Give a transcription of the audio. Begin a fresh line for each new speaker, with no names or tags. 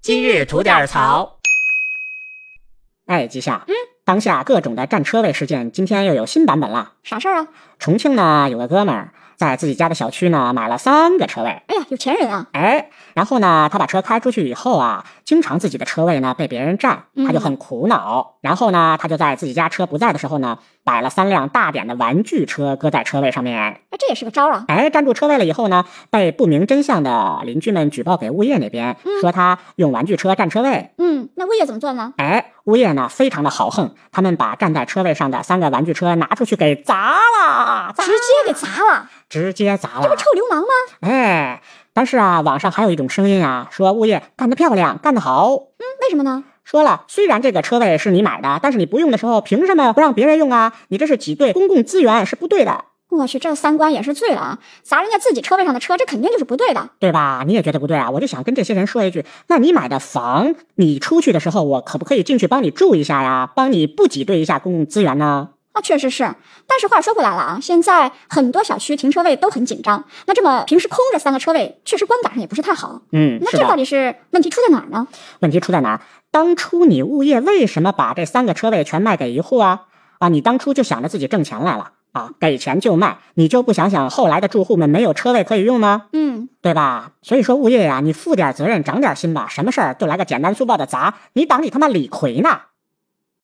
今日吐点槽。
哎，吉夏，嗯，当下各种的占车位事件，今天又有新版本了。
啥事儿啊？
重庆呢，有个哥们儿在自己家的小区呢买了三个车位，
哎呀，有钱人啊！
哎，然后呢，他把车开出去以后啊，经常自己的车位呢被别人占，
嗯
他就很苦恼。然后呢，他就在自己家车不在的时候呢，摆了三辆大点的玩具车搁在车位上面。
哎，这也是个招儿啊！
哎，占住车位了以后呢，被不明真相的邻居们举报给物业那边，说他用玩具车占车位，
嗯，那物业怎么做呢？
哎，物业呢非常的豪横，他们把站在车位上的三个玩具车拿出去给砸了，砸
直接给砸了，
直接砸
这不
了。
臭流氓吗？
哎，但是啊，网上还有一种声音啊，说物业干得漂亮，干得好。
嗯，为什么呢？
说了，虽然这个车位是你买的，但是你不用的时候，凭什么不让别人用啊？你这是挤兑公共资源，是不对的，
我去，这三观也是醉了啊！砸人家自己车位上的车，这肯定就是不对的。
对吧？你也觉得不对啊？我就想跟这些人说一句，那你买的房，你出去的时候，我可不可以进去帮你住一下呀？帮你不挤兑一下公共资源呢？
那啊确实是，但是话说回来了啊，现在很多小区停车位都很紧张，那这么平时空着三个车位，确实观感上也不是太好。
嗯，
那
是
这
的
到。底是问题出在哪儿呢？
问题出在哪儿？当初你物业为什么把这三个车位全卖给一户啊？啊，你当初就想着自己挣钱来了啊，给钱就卖，你就不想想后来的住户们没有车位可以用吗？
嗯，
对吧？所以说物业呀、你负点责任，长点心吧。什么事儿就来个简单粗暴的砸，你当你他妈李逵呢？